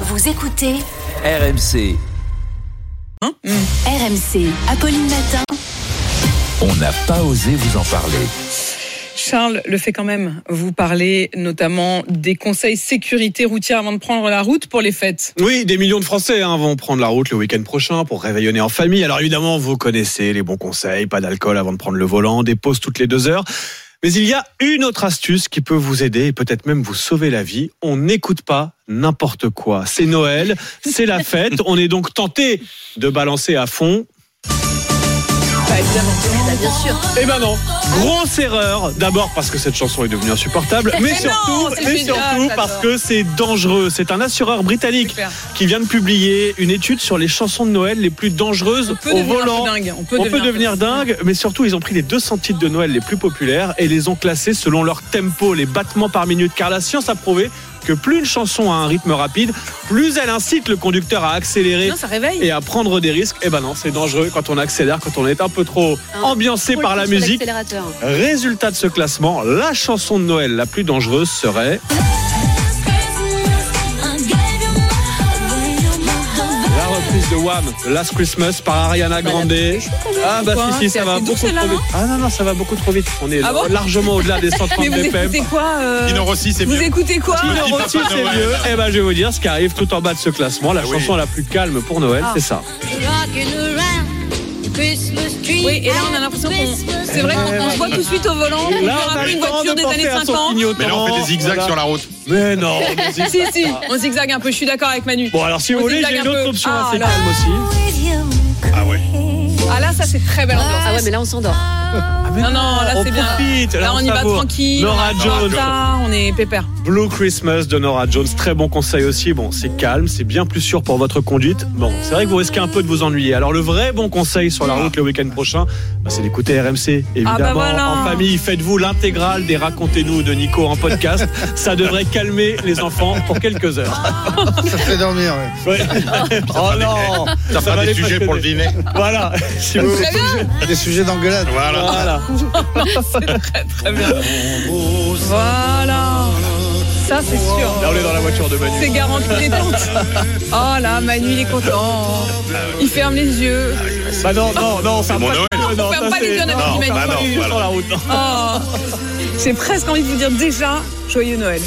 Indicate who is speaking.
Speaker 1: Vous écoutez
Speaker 2: RMC,
Speaker 1: RMC, Apolline Matin.
Speaker 2: on n'a pas osé vous en parler.
Speaker 3: Charles le fait quand même. Vous parlez notamment des conseils sécurité routière avant de prendre la route pour les fêtes.
Speaker 4: Oui, des millions de Français hein, vont prendre la route le week-end prochain pour réveillonner en famille. Alors évidemment, vous connaissez les bons conseils, pas d'alcool avant de prendre le volant, des pauses toutes les deux heures. Mais il y a une autre astuce qui peut vous aider et peut-être même vous sauver la vie. On n'écoute pas n'importe quoi. C'est Noël, c'est la fête. On est donc tenté de balancer à fond.
Speaker 3: Bah,
Speaker 1: bien sûr.
Speaker 4: Eh ben non, grosse erreur. D'abord parce que cette chanson est devenue insupportable, mais
Speaker 3: Mais non,
Speaker 4: surtout,
Speaker 3: c'est
Speaker 4: mais
Speaker 3: génial,
Speaker 4: surtout
Speaker 3: j'adore.
Speaker 4: parce que c'est dangereux. C'est un assureur britannique
Speaker 3: Super.
Speaker 4: qui vient de publier une étude sur les chansons de Noël les plus dangereuses
Speaker 3: On peut
Speaker 4: au
Speaker 3: devenir
Speaker 4: volant.
Speaker 3: dingue. On peut
Speaker 4: On
Speaker 3: devenir,
Speaker 4: peut devenir dingue, mais surtout ils ont pris les 200 titres de Noël les plus populaires et les ont classés selon leur tempo, les battements par minute, car la science a prouvé que plus une chanson a un rythme rapide, plus elle incite le conducteur à accélérer
Speaker 3: Non, ça réveille.
Speaker 4: et à prendre des risques. Eh ben non, c'est dangereux quand on accélère, quand on est un peu trop
Speaker 1: Hein,
Speaker 4: ambiancé par la musique. Résultat de ce classement, la chanson de Noël la plus dangereuse serait... La reprise de Wham, Last Christmas par Ariana Grande. Ah bah
Speaker 3: Pourquoi
Speaker 4: si si ça
Speaker 3: C'est
Speaker 4: va
Speaker 3: assez
Speaker 4: beaucoup
Speaker 3: doux,
Speaker 4: trop
Speaker 3: celle-là,
Speaker 4: vite. Ah non non ça va beaucoup trop vite. On est
Speaker 3: Ah bon
Speaker 4: largement au-delà des 130
Speaker 3: Ah, Mais vous
Speaker 4: BPM.
Speaker 3: écoutez quoi euh,
Speaker 5: Dino Rossi, c'est
Speaker 3: Vous
Speaker 5: mieux.
Speaker 3: écoutez quoi
Speaker 4: Qui le retire, c'est mieux. Eh ben je vais vous dire ce qui arrive tout en bas de ce classement. La
Speaker 5: Ah oui.
Speaker 4: chanson la plus calme pour Noël,
Speaker 3: Ah.
Speaker 4: c'est ça.
Speaker 3: Oui, et là on a l'impression qu'on. C'est vrai qu'on on se voit tout de suite au volant. On
Speaker 4: Là on
Speaker 3: a
Speaker 4: a
Speaker 3: pris une
Speaker 4: le temps
Speaker 3: voiture
Speaker 4: de
Speaker 3: des
Speaker 4: penser
Speaker 3: années
Speaker 4: à son
Speaker 3: 50.
Speaker 4: clignotant.
Speaker 5: Mais là, on fait des zigzags
Speaker 4: Voilà.
Speaker 5: sur la route.
Speaker 4: Mais non.
Speaker 3: Si, si, on zigzague un peu. Je suis d'accord avec Manu.
Speaker 4: Bon alors si
Speaker 3: On
Speaker 4: vous voulez,
Speaker 3: zigzague
Speaker 4: j'ai
Speaker 3: un
Speaker 4: une autre
Speaker 3: peu.
Speaker 4: option hein,
Speaker 3: Ah,
Speaker 4: assez
Speaker 3: là.
Speaker 4: calme aussi.
Speaker 5: Ah ouais.
Speaker 3: Ah là, ça c'est très belle ambiance.
Speaker 1: Ah ouais, mais là on s'endort.
Speaker 3: Non, Ah, non, là
Speaker 4: on
Speaker 3: c'est bien.
Speaker 4: profite.
Speaker 3: Là
Speaker 4: Là,
Speaker 3: on y va
Speaker 4: savoure.
Speaker 3: tranquille. Ah,
Speaker 4: Nora
Speaker 3: on est
Speaker 4: Jones.
Speaker 3: en retard, On est pépère.
Speaker 4: Blue Christmas de Nora Jones, très bon conseil aussi. Bon, c'est calme, c'est bien plus sûr pour votre conduite. Bon, c'est vrai que vous risquez un peu de vous ennuyer. Alors le vrai bon conseil sur la route le week-end prochain, bah, c'est d'écouter RMC. Évidemment,
Speaker 3: Ah bah voilà.
Speaker 4: en famille, faites-vous l'intégrale des Racontez-nous de Nico en podcast. Ça devrait calmer les enfants pour quelques heures.
Speaker 6: Ça fait dormir, ouais.
Speaker 4: Ouais. Oh non,
Speaker 5: Ça
Speaker 4: va
Speaker 5: fera
Speaker 4: les
Speaker 5: des sujets pour le
Speaker 4: passionner.
Speaker 5: dîner.
Speaker 4: Voilà, si vous-
Speaker 6: Des sujets- Des sujets d'engueulade.
Speaker 5: Voilà.
Speaker 4: Voilà.
Speaker 3: Très bien. Voilà. Ça, c'est sûr.
Speaker 4: Là, on est dans la voiture de Manu.
Speaker 3: C'est garanti détente. Oh là, Manu, il est content. Il ferme les yeux.
Speaker 4: Bah non, non, non, on ferme
Speaker 5: mon
Speaker 4: pas
Speaker 5: Noël.
Speaker 4: les yeux, non,
Speaker 3: ferme
Speaker 4: ça,
Speaker 3: pas les
Speaker 4: c'est-
Speaker 3: yeux, on a
Speaker 4: non,
Speaker 3: dit
Speaker 4: on ferme
Speaker 5: Manu.
Speaker 4: pas les yeux
Speaker 5: Voilà.
Speaker 4: sur la route. non.
Speaker 3: Oh. J'ai presque envie de vous dire déjà joyeux Noël.